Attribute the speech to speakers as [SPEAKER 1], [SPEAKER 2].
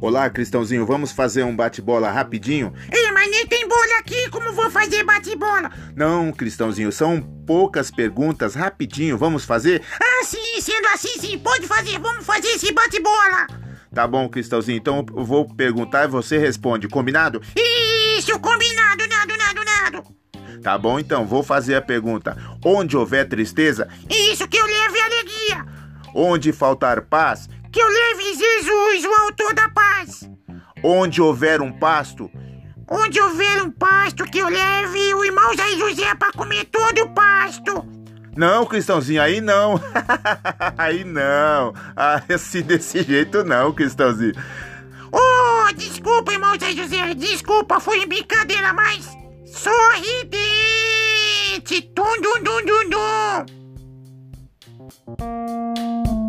[SPEAKER 1] Olá, Cristãozinho, vamos fazer um bate-bola rapidinho?
[SPEAKER 2] Ei, É, mas nem tem bolha aqui, como vou fazer bate-bola?
[SPEAKER 1] Não, Cristãozinho, são poucas perguntas, rapidinho, vamos fazer?
[SPEAKER 2] Ah, sim, sendo assim, sim, pode fazer, vamos fazer esse bate-bola.
[SPEAKER 1] Tá bom, Cristãozinho, então eu vou perguntar e você responde, combinado?
[SPEAKER 2] Isso, combinado, nado, nado, nado.
[SPEAKER 1] Tá bom, então, vou fazer a pergunta. Onde houver tristeza,
[SPEAKER 2] Isso que eu leve alegria,
[SPEAKER 1] onde faltar paz,
[SPEAKER 2] que eu leve Jesus, o autor da paz.
[SPEAKER 1] onde houver um pasto,
[SPEAKER 2] Onde houver um pasto, que eu leve o irmão Zé José para comer todo o pasto.
[SPEAKER 1] Não, Cristãozinho, aí não. aí não. Ah, assim desse jeito não, Cristãozinho.
[SPEAKER 2] Oh, desculpa, irmão Zé José, desculpa, foi brincadeira, mas sorridente. Tum, dum, dum, dum, dum.